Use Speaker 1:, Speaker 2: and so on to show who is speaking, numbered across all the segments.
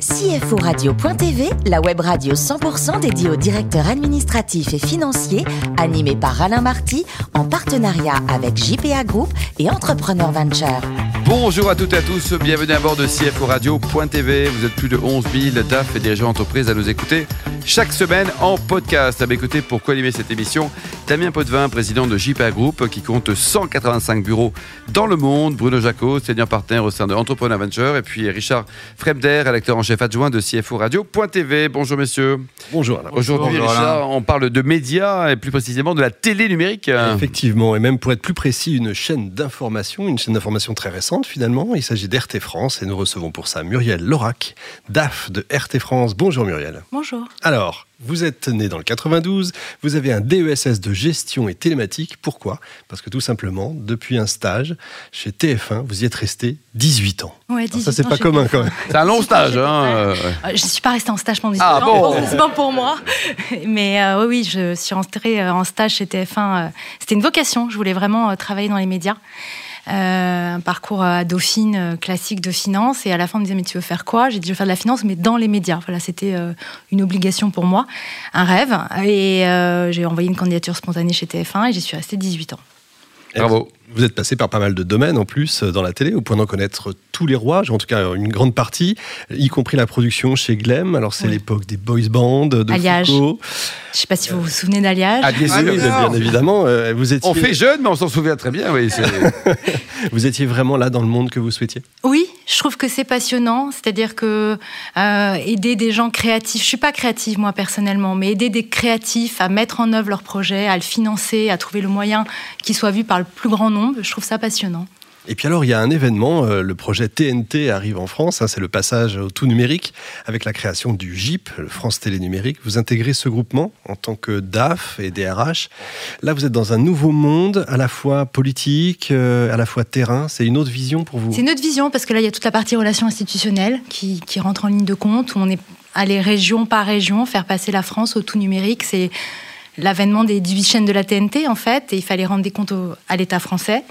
Speaker 1: IFO Radio.tv, la web radio 100% dédiée aux directeurs administratifs et financiers, animée par Alain Marty, en partenariat avec JPA Group et Entrepreneur Venture.
Speaker 2: Bonjour à toutes et à tous, bienvenue à bord de CFO Radio.tv. Vous êtes plus de 11 000 DAF et dirigeants d'entreprise à nous écouter chaque semaine en podcast. Ah bah À mes côtés pour co-animer cette émission, Damien Potvin, président de JPA Group, qui compte 185 bureaux dans le monde, Bruno Jacot, senior partenaire au sein de Entrepreneur Venture, et puis Richard Fremder, rédacteur en chef adjoint de CFO Radio.tv. Bonjour messieurs.
Speaker 3: Bonjour Alain.
Speaker 2: Aujourd'hui,
Speaker 3: Bonjour, Alain.
Speaker 2: Richard, on parle de médias et plus précisément de la télé numérique.
Speaker 3: Effectivement, et même pour être plus précis, une chaîne d'information, une chaîne d'information très récente finalement. Il s'agit d'RT France et nous recevons pour ça Muriel Lorac, DAF de RT France. Bonjour Muriel.
Speaker 4: Bonjour.
Speaker 3: Alors, vous êtes né dans le 92, vous avez un DESS de gestion et télématique. Pourquoi Parce que tout simplement, depuis un stage chez TF1, vous y êtes resté 18 ans.
Speaker 4: Ouais,
Speaker 3: Alors
Speaker 4: 18
Speaker 3: ça, c'est
Speaker 4: ans,
Speaker 3: pas
Speaker 4: j'ai
Speaker 3: commun
Speaker 4: fait
Speaker 3: quand même.
Speaker 2: C'est un long stage. Hein, euh,
Speaker 4: Euh, Je ne suis pas restée en stage pendant 18
Speaker 2: Ah,
Speaker 4: ans,
Speaker 2: bon.
Speaker 4: heureusement pour moi. Mais euh, oui, oui, je suis rentrée euh, en stage chez TF1. euh, C'était une vocation, je voulais vraiment euh, travailler dans les médias. Euh, un parcours à Dauphine euh, classique de finance. Et à la fin, on me disait, mais tu veux faire quoi J'ai dit, je veux faire de la finance, mais dans les médias. Voilà, c'était euh, une obligation pour moi, un rêve. Et euh, j'ai envoyé une candidature spontanée chez TF1 et j'y suis restée 18 ans.
Speaker 2: Bravo.
Speaker 3: Vous êtes passé par pas mal de domaines en plus euh, dans la télé, au point d'en connaître tous les rouages, en tout cas une grande partie, y compris la production chez Glem. Alors c'est
Speaker 4: Oui.
Speaker 3: l'époque des boys bands, de
Speaker 4: Alliage.
Speaker 3: Foucault.
Speaker 4: Je ne sais pas si vous vous souvenez d'Alliage.
Speaker 2: Ah, bien
Speaker 3: Ah
Speaker 2: sûr.
Speaker 3: oui, bien évidemment. euh, vous, étiez,
Speaker 2: On fait jeune, mais on s'en souvient très bien. Oui, c'est-
Speaker 3: vous étiez vraiment là dans le monde que vous souhaitiez.
Speaker 4: Oui, je trouve que c'est passionnant, c'est-à-dire que euh, aider des gens créatifs, je suis pas créative moi personnellement, mais aider des créatifs à mettre en œuvre leur projet, à le financer, à trouver le moyen qu'il soit vu par le plus grand nombre, je trouve ça passionnant.
Speaker 3: Et puis alors, il y a un événement, euh, le projet TNT arrive en France, hein, c'est le passage au tout numérique, avec la création du JIP, le France Télé Numérique. Vous intégrez ce groupement en tant que DAF et DRH. Là, vous êtes dans un nouveau monde, à la fois politique, euh, à la fois terrain. C'est une autre vision pour vous
Speaker 4: C'est notre vision parce que là il y a toute la partie relations institutionnelles qui, qui rentre en ligne de compte où on est allé région par région faire passer la France au tout numérique, c'est l'avènement des 18 chaînes de la TNT en fait, et il fallait rendre des comptes au- à l'État français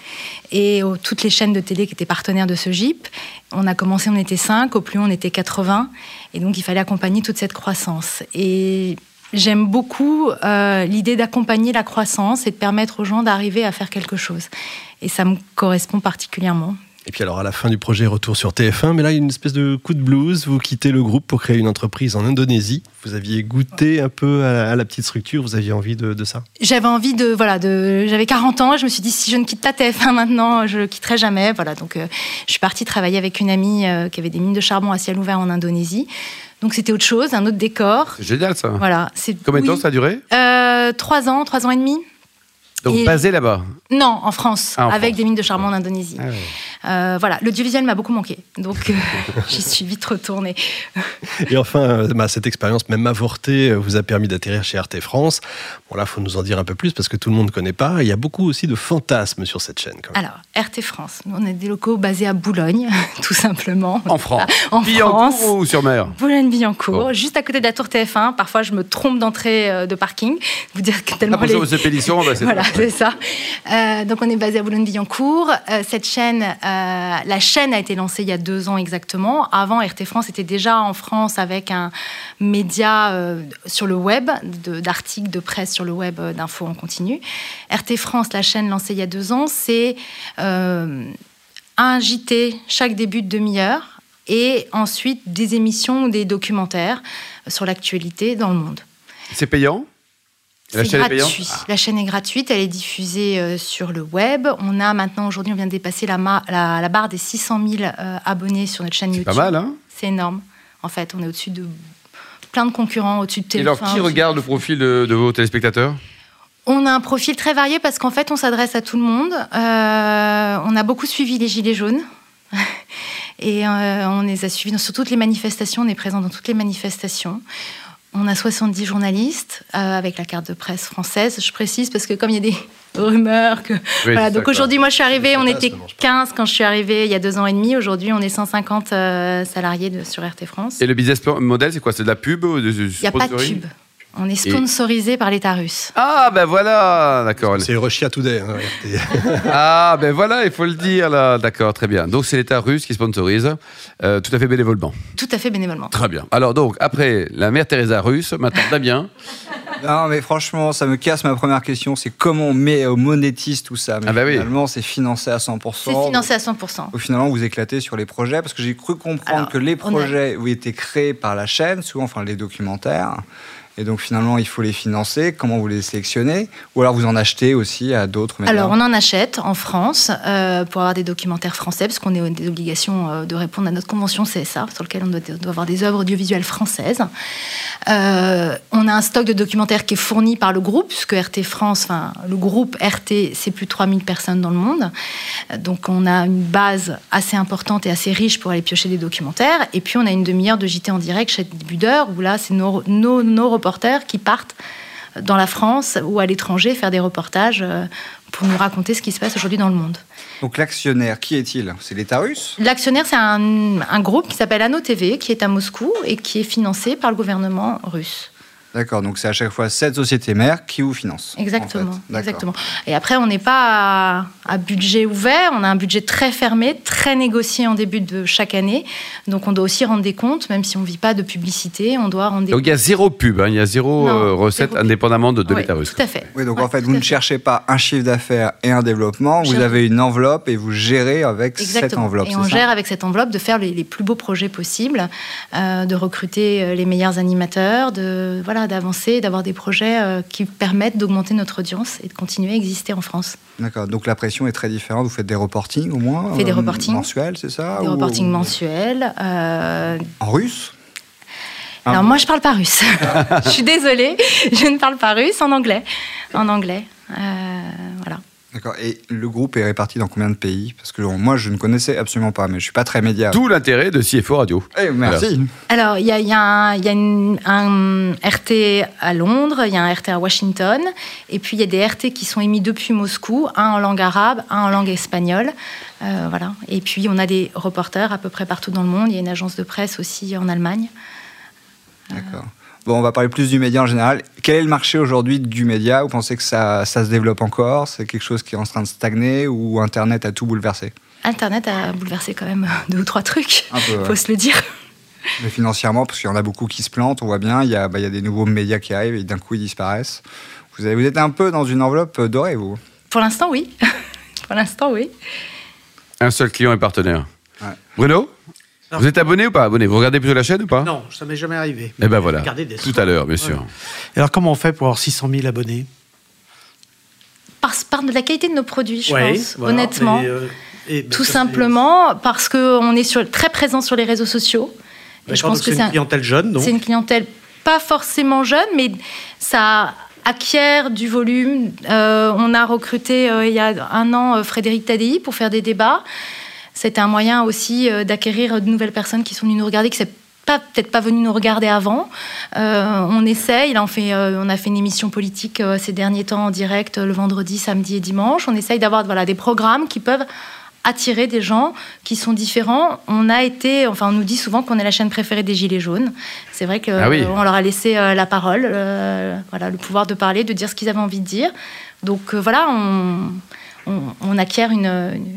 Speaker 4: et aux, toutes les chaînes de télé qui étaient partenaires de ce GIP. On a commencé, on était 5, au plus on était 80, et donc il fallait accompagner toute cette croissance. Et j'aime beaucoup euh, l'idée d'accompagner la croissance et de permettre aux gens d'arriver à faire quelque chose. Et ça me correspond particulièrement.
Speaker 3: Et puis alors, à la fin du projet, retour sur TF1, mais là, il y a une espèce de coup de blues. Vous quittez le groupe pour créer une entreprise en Indonésie. Vous aviez goûté un peu à la, à la petite structure, vous aviez envie de, de ça
Speaker 4: J'avais envie de voilà de j'avais 40 ans, je me suis dit si je ne quitte pas TF1 maintenant, je le quitterai jamais voilà. Donc euh, je suis partie travailler avec une amie euh, qui avait des mines de charbon à ciel ouvert en Indonésie. Donc c'était autre chose, un autre décor.
Speaker 2: c'est génial ça.
Speaker 4: Voilà, c'est
Speaker 2: Combien de
Speaker 4: oui.
Speaker 2: temps ça a duré
Speaker 4: Euh, trois ans, trois ans et demi.
Speaker 2: Donc
Speaker 4: Et-
Speaker 2: basé là-bas.
Speaker 4: Non, en France,
Speaker 2: Ah, en
Speaker 4: avec
Speaker 2: France. Ah
Speaker 4: des mines de charbon en Indonésie. Euh, voilà, l'audiovisuel m'a beaucoup manqué, donc euh, j'y suis vite retournée.
Speaker 3: Et enfin, euh, bah, cette expérience, même avortée, euh, vous a permis d'atterrir chez RT France. Bon, là, faut nous en dire un peu plus parce que tout le monde ne connaît pas. Il y a beaucoup aussi de fantasmes sur cette chaîne. Quand même.
Speaker 4: Alors RT France, nous, on a des locaux basés à Boulogne, tout simplement.
Speaker 2: En France.
Speaker 4: Bah, En
Speaker 2: Billancourt
Speaker 4: France.
Speaker 2: ou sur mer
Speaker 4: Boulogne-Billancourt,
Speaker 2: Bon.
Speaker 4: juste à côté de la tour TF1. Parfois, je me trompe d'entrée euh, de parking. Vous dire que tellement
Speaker 2: Après,
Speaker 4: les-
Speaker 2: Monsieur Pélisson, bah, c'est
Speaker 4: Voilà,
Speaker 2: ça.
Speaker 4: c'est ça. Euh, donc, on est basé à Boulogne-Billancourt. Euh, cette chaîne, euh, la chaîne a été lancée il y a deux ans exactement. Avant, RT France était déjà en France avec un média euh, sur le web, de- d'articles, de, presse sur le web, euh, d'infos en continu. RT France, la chaîne lancée il y a deux ans, c'est euh, un JT chaque début de demi-heure et ensuite des émissions ou des documentaires euh, sur l'actualité dans le monde.
Speaker 2: C'est payant Et La
Speaker 4: C'est
Speaker 2: chaîne est payante
Speaker 4: gratuit. La chaîne est gratuite, elle est diffusée euh, sur le web. On a maintenant, aujourd'hui, on vient de dépasser la, ma- la- la barre des 600 000 euh, abonnés sur notre chaîne
Speaker 2: C'est
Speaker 4: YouTube.
Speaker 2: pas mal, hein
Speaker 4: C'est énorme. En fait, on est au-dessus de plein de concurrents, au-dessus de
Speaker 2: Et
Speaker 4: téléphone.
Speaker 2: alors, qui regarde le profil de, de vos téléspectateurs
Speaker 4: On a un profil très varié parce qu'en fait, on s'adresse à tout le monde. Euh, on a beaucoup suivi les Gilets jaunes. Et euh, on les a suivis dans- sur toutes les manifestations, on est présent dans toutes les manifestations. On a 70 journalistes euh, avec la carte de presse française. Je précise parce que comme il y a des rumeurs que... voilà,
Speaker 2: c'est ça,
Speaker 4: donc
Speaker 2: quoi.
Speaker 4: aujourd'hui, moi je suis arrivée,
Speaker 3: Les
Speaker 4: on
Speaker 3: fantasmes,
Speaker 4: était
Speaker 3: je pense.
Speaker 4: 15 quand je suis arrivée il y a deux ans et demi. Aujourd'hui, on est 150 euh, salariés de- sur RT France.
Speaker 2: Et le business plan- model, c'est quoi C'est de la pub ou de- du
Speaker 4: Il n'y a pas de
Speaker 2: sponsoring
Speaker 4: pub. On est sponsorisé par l'État russe.
Speaker 2: Ah ben voilà, d'accord.
Speaker 3: C'est Russia Today. hein, RT.
Speaker 2: Ah ben voilà, il faut le dire là, d'accord, très bien. Donc c'est l'État russe qui sponsorise, euh, tout à fait bénévolement.
Speaker 4: Tout à fait bénévolement.
Speaker 2: Très bien. Alors donc, après la mère Teresa russe, maintenant Damien.
Speaker 5: Non, mais franchement, ça me casse ma première question. C'est comment on met, on monétise tout ça. Mais
Speaker 2: Ah bah oui.
Speaker 5: finalement, c'est financé à 100%.
Speaker 4: C'est financé à 100%.
Speaker 5: Au final, vous éclatez sur les projets parce que j'ai cru comprendre
Speaker 4: Alors,
Speaker 5: que les
Speaker 4: on a-
Speaker 5: projets ont été créés par la chaîne, souvent, enfin les documentaires. Et donc finalement, il faut les financer. Comment vous les sélectionnez Ou alors vous en achetez aussi à d'autres médias
Speaker 4: Alors, on en achète en France euh, pour avoir des documentaires français, parce qu'on est des obligations euh, de répondre à notre convention CSA, sur laquelle on doit, doit avoir des œuvres audiovisuelles françaises. Euh, on a un stock de documentaires qui est fourni par le groupe, puisque RT France, enfin, le groupe RT, c'est plus de 3000 personnes dans le monde. Euh, Donc, on a une base assez importante et assez riche pour aller piocher des documentaires. Et puis, on a une demi-heure de JT en direct chaque début d'heure, où là, c'est nos, nos- nos reporters qui partent dans la France ou à l'étranger faire des reportages euh, pour nous raconter ce qui se passe aujourd'hui dans le monde.
Speaker 5: Donc l'actionnaire, qui est-il C'est l'État russe
Speaker 4: L'actionnaire, c'est un, un groupe qui s'appelle Anno TV, qui est à Moscou et qui est financé par le gouvernement russe.
Speaker 5: D'accord, donc c'est à chaque fois cette société mère qui vous finance. en
Speaker 4: Exactement.
Speaker 5: fait. D'accord.
Speaker 4: exactement. Et après, on n'est pas à, à budget ouvert, on a un budget très fermé, très négocié en début de chaque année. Donc on doit aussi rendre des comptes, même si on ne vit pas de publicité, on doit rendre des
Speaker 2: Donc il y a zéro pub, hein, il y a zéro
Speaker 4: Non,
Speaker 2: euh, recette
Speaker 4: zéro pub.
Speaker 2: indépendamment de, de
Speaker 4: Ouais,
Speaker 2: l'État russe.
Speaker 4: Tout à fait.
Speaker 5: Oui, donc
Speaker 4: Ouais,
Speaker 5: en fait,
Speaker 4: tout
Speaker 5: vous
Speaker 4: à
Speaker 5: ne cherchez pas un chiffre d'affaires et un développement, vous
Speaker 4: Cherche-
Speaker 5: avez une enveloppe et vous gérez avec cette enveloppe.
Speaker 4: Et
Speaker 5: c'est
Speaker 4: on
Speaker 5: ça
Speaker 4: gère avec cette enveloppe de faire les, les plus beaux projets possibles, euh, de recruter euh, les meilleurs animateurs, de voilà, d'avancer, d'avoir des projets euh, qui permettent d'augmenter notre audience et de continuer à exister en France.
Speaker 5: D'accord, donc la pression est très différente. Vous faites des reportings au moins euh,
Speaker 4: On fait des reportings.
Speaker 5: Mensuels, c'est ça
Speaker 4: des
Speaker 5: ou-
Speaker 4: reportings mensuels. euh,
Speaker 5: En russe Ah
Speaker 4: alors
Speaker 5: bon.
Speaker 4: moi, je parle pas russe. je suis désolée, je ne parle pas russe, en anglais, en anglais. Euh, voilà.
Speaker 5: D'accord, et le groupe est réparti dans combien de pays Parce que bon, moi, je ne connaissais absolument pas, mais je suis pas très média.
Speaker 2: D'où l'intérêt de CFO Radio.
Speaker 5: Eh, merci
Speaker 4: Alors, il y a, il y a un, il y a une- un RT à Londres, il y a un RT à Washington, et puis il y a des RT qui sont émis depuis Moscou, un en langue arabe, un en langue espagnole. euh, voilà. Et puis, on a des reporters à peu près partout dans le monde. Il y a une agence de presse aussi en Allemagne.
Speaker 5: D'accord. Bon, on va parler plus du média en général. Quel est le marché aujourd'hui du média Vous pensez que ça, ça se développe encore C'est quelque chose qui est en train de stagner ou Internet a tout bouleversé
Speaker 4: Internet a bouleversé quand même deux ou trois trucs,
Speaker 5: Un peu, ouais.
Speaker 4: faut se le dire.
Speaker 5: Mais financièrement, parce qu'il y en a beaucoup qui se plantent, on voit bien, il y a, bah, il y a des nouveaux médias qui arrivent et d'un coup ils disparaissent. Vous, avez- vous êtes un peu dans une enveloppe euh, dorée, vous.
Speaker 4: Pour l'instant, oui. Pour l'instant, oui.
Speaker 2: Un seul client et partenaire.
Speaker 5: Ouais.
Speaker 2: Bruno
Speaker 6: Non.
Speaker 2: Vous êtes abonné ou pas abonné Vous regardez plutôt la chaîne ou pas
Speaker 6: Non, ça m'est jamais arrivé.
Speaker 2: Hein Eh ben voilà,
Speaker 6: Regardez des
Speaker 2: tout à l'heure, bien sûr.
Speaker 6: Ouais. Et Alors comment on fait pour avoir 600 000 abonnés
Speaker 4: Par, par de la qualité de nos produits, je
Speaker 6: Ouais,
Speaker 4: pense,
Speaker 6: voilà.
Speaker 4: honnêtement.
Speaker 6: Et, euh, et, ben,
Speaker 4: Tout
Speaker 6: ça, c'est-
Speaker 4: simplement parce qu'on est sur- très présent sur les réseaux sociaux. Et
Speaker 6: D'accord, donc c'est
Speaker 4: c'est
Speaker 6: une
Speaker 4: un-
Speaker 6: clientèle jeune, donc.
Speaker 4: c'est une clientèle pas forcément jeune, mais ça acquiert du volume. Euh, on a recruté euh, il y a un an euh, Frédéric Tadei pour faire des débats. C'était un moyen aussi euh, d'acquérir de nouvelles personnes qui sont venues nous regarder, qui ne pas peut-être pas venues nous regarder avant. Euh, on essaye, là on, fait, euh, on a fait une émission politique euh, ces derniers temps en direct euh, le vendredi, samedi et dimanche. On essaye d'avoir voilà, des programmes qui peuvent attirer des gens qui sont différents. On a été, enfin, on nous dit souvent qu'on est la chaîne préférée des Gilets jaunes. C'est vrai qu'on
Speaker 2: Ah oui.
Speaker 4: leur a laissé euh, la parole, euh, voilà, le pouvoir de parler, de dire ce qu'ils avaient envie de dire. Donc euh, voilà, on, on, on acquiert une,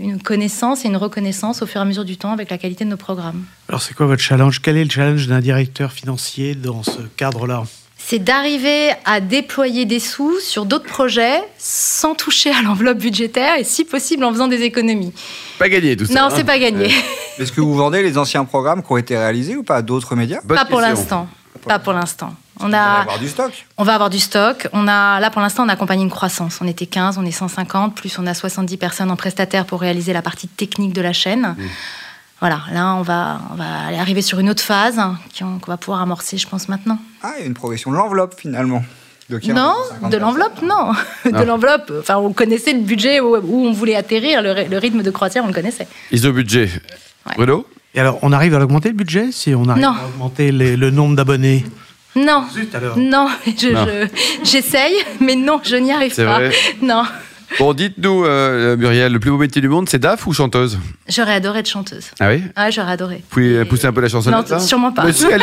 Speaker 4: une connaissance et une reconnaissance au fur et à mesure du temps avec la qualité de nos programmes.
Speaker 6: Alors c'est quoi votre challenge Quel est le challenge d'un directeur financier dans ce cadre-là
Speaker 4: C'est d'arriver à déployer des sous sur d'autres projets sans toucher à l'enveloppe budgétaire et si possible en faisant des économies.
Speaker 2: Pas gagné tout ça.
Speaker 4: Non,
Speaker 2: hein.
Speaker 4: c'est pas gagné.
Speaker 5: Est-ce que vous vendez les anciens programmes qui ont été réalisés ou pas à d'autres médias
Speaker 2: Bonne
Speaker 4: pas pour
Speaker 2: question.
Speaker 4: l'instant. Pas pour l'instant. On
Speaker 5: Vous allez
Speaker 4: a,
Speaker 5: avoir du stock.
Speaker 4: On va avoir du stock. On a, là, pour l'instant, on accompagne une croissance. On était 15, on est 150, plus on a 70 personnes en prestataire pour réaliser la partie technique de la chaîne.
Speaker 2: Mmh.
Speaker 4: Voilà, là, on va, on va aller arriver sur une autre phase hein, qui- qu'on va pouvoir amorcer, je pense, maintenant.
Speaker 5: Ah, il y a une progression de l'enveloppe finalement. De 15,
Speaker 4: non,
Speaker 5: 50
Speaker 4: de l'enveloppe, non.
Speaker 2: Ah.
Speaker 4: de l'enveloppe, enfin, on connaissait le budget où, où on voulait atterrir, le, ry- le rythme de croisière, on le connaissait.
Speaker 2: ISO budget.
Speaker 4: Ouais.
Speaker 2: Bruno
Speaker 6: Et alors, on arrive à augmenter le budget si on arrive
Speaker 4: Non.
Speaker 6: à augmenter les- le nombre d'abonnés
Speaker 4: Non.
Speaker 6: Zut alors
Speaker 4: Non, je-
Speaker 2: Non.
Speaker 4: je- j'essaye, mais non, je n'y arrive
Speaker 2: C'est
Speaker 4: pas.
Speaker 2: vrai
Speaker 4: Non.
Speaker 2: Bon, dites-nous, euh, Muriel, le plus beau métier du monde, c'est DAF ou chanteuse
Speaker 4: J'aurais adoré être chanteuse.
Speaker 2: Ah oui
Speaker 4: Ah, j'aurais adoré.
Speaker 2: Vous pouvez
Speaker 6: Euh,
Speaker 4: Et-
Speaker 2: pousser un peu la chanson
Speaker 4: Non, sûrement pas. Sûrement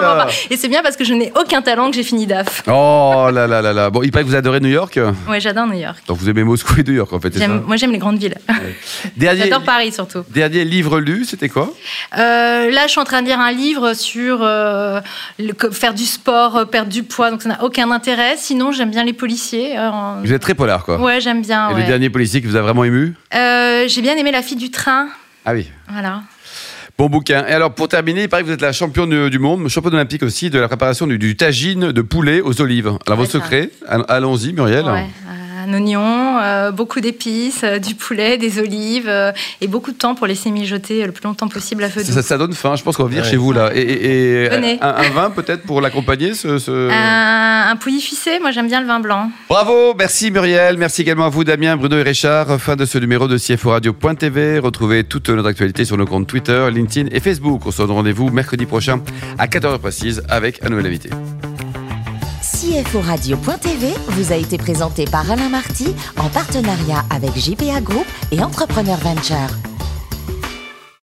Speaker 4: pas. Et c'est bien parce que je n'ai aucun talent que j'ai fini DAF.
Speaker 2: Oh là là là là. Bon, il paraît que vous adorez New York.
Speaker 4: Ouais, j'adore New York.
Speaker 2: Donc vous aimez Moscou et New York, en fait, c'est
Speaker 4: J'aime-
Speaker 2: ça
Speaker 4: moi, j'aime les grandes villes.
Speaker 2: Dernier,
Speaker 4: J'adore Paris surtout.
Speaker 2: dernier livre lu, c'était quoi
Speaker 4: Euh, là, je suis en train de lire un livre sur euh, le- que- faire du sport, euh, perdre du poids, donc ça n'a aucun intérêt. Sinon, j'aime bien les policiers. euh, en-
Speaker 2: Vous êtes très polar, quoi.
Speaker 4: Ouais, j'aime bien.
Speaker 2: et
Speaker 4: ouais.
Speaker 2: le dernier policier qui vous a vraiment ému
Speaker 4: Euh, J'ai bien aimé La fille du train.
Speaker 2: Ah oui.
Speaker 4: Voilà.
Speaker 2: Bon bouquin. Et alors, pour terminer, il paraît que vous êtes la championne euh, du monde, championne olympique aussi, de la préparation du, du tagine de poulet aux olives. Alors,
Speaker 4: Ouais,
Speaker 2: votre
Speaker 4: ça.
Speaker 2: secret Al- Allons-y, Muriel.
Speaker 4: Ouais, euh, un oignon, euh, beaucoup d'épices, euh, du poulet, des olives euh, et beaucoup de temps pour laisser mijoter le plus longtemps possible à feu doux.
Speaker 2: Ça, ça donne faim, je pense qu'on va venir
Speaker 3: Ouais.
Speaker 2: chez vous là. Et, et- et-
Speaker 4: Venez. Euh.
Speaker 2: un, un vin peut-être pour l'accompagner ce, ce-
Speaker 4: Un, un pouilly ficé, moi j'aime bien le vin blanc.
Speaker 2: Bravo, merci Muriel, merci également à vous Damien, Bruno et Richard. Fin de ce numéro de CFO Radio.tv. Retrouvez toute notre actualité sur nos comptes Twitter, LinkedIn et Facebook. On se donne rendez-vous mercredi prochain à 14h précise avec un nouvel invité.
Speaker 1: CFO Radio.tv vous a été présenté par Alain Marty en partenariat avec JPA Group et Entrepreneur Venture.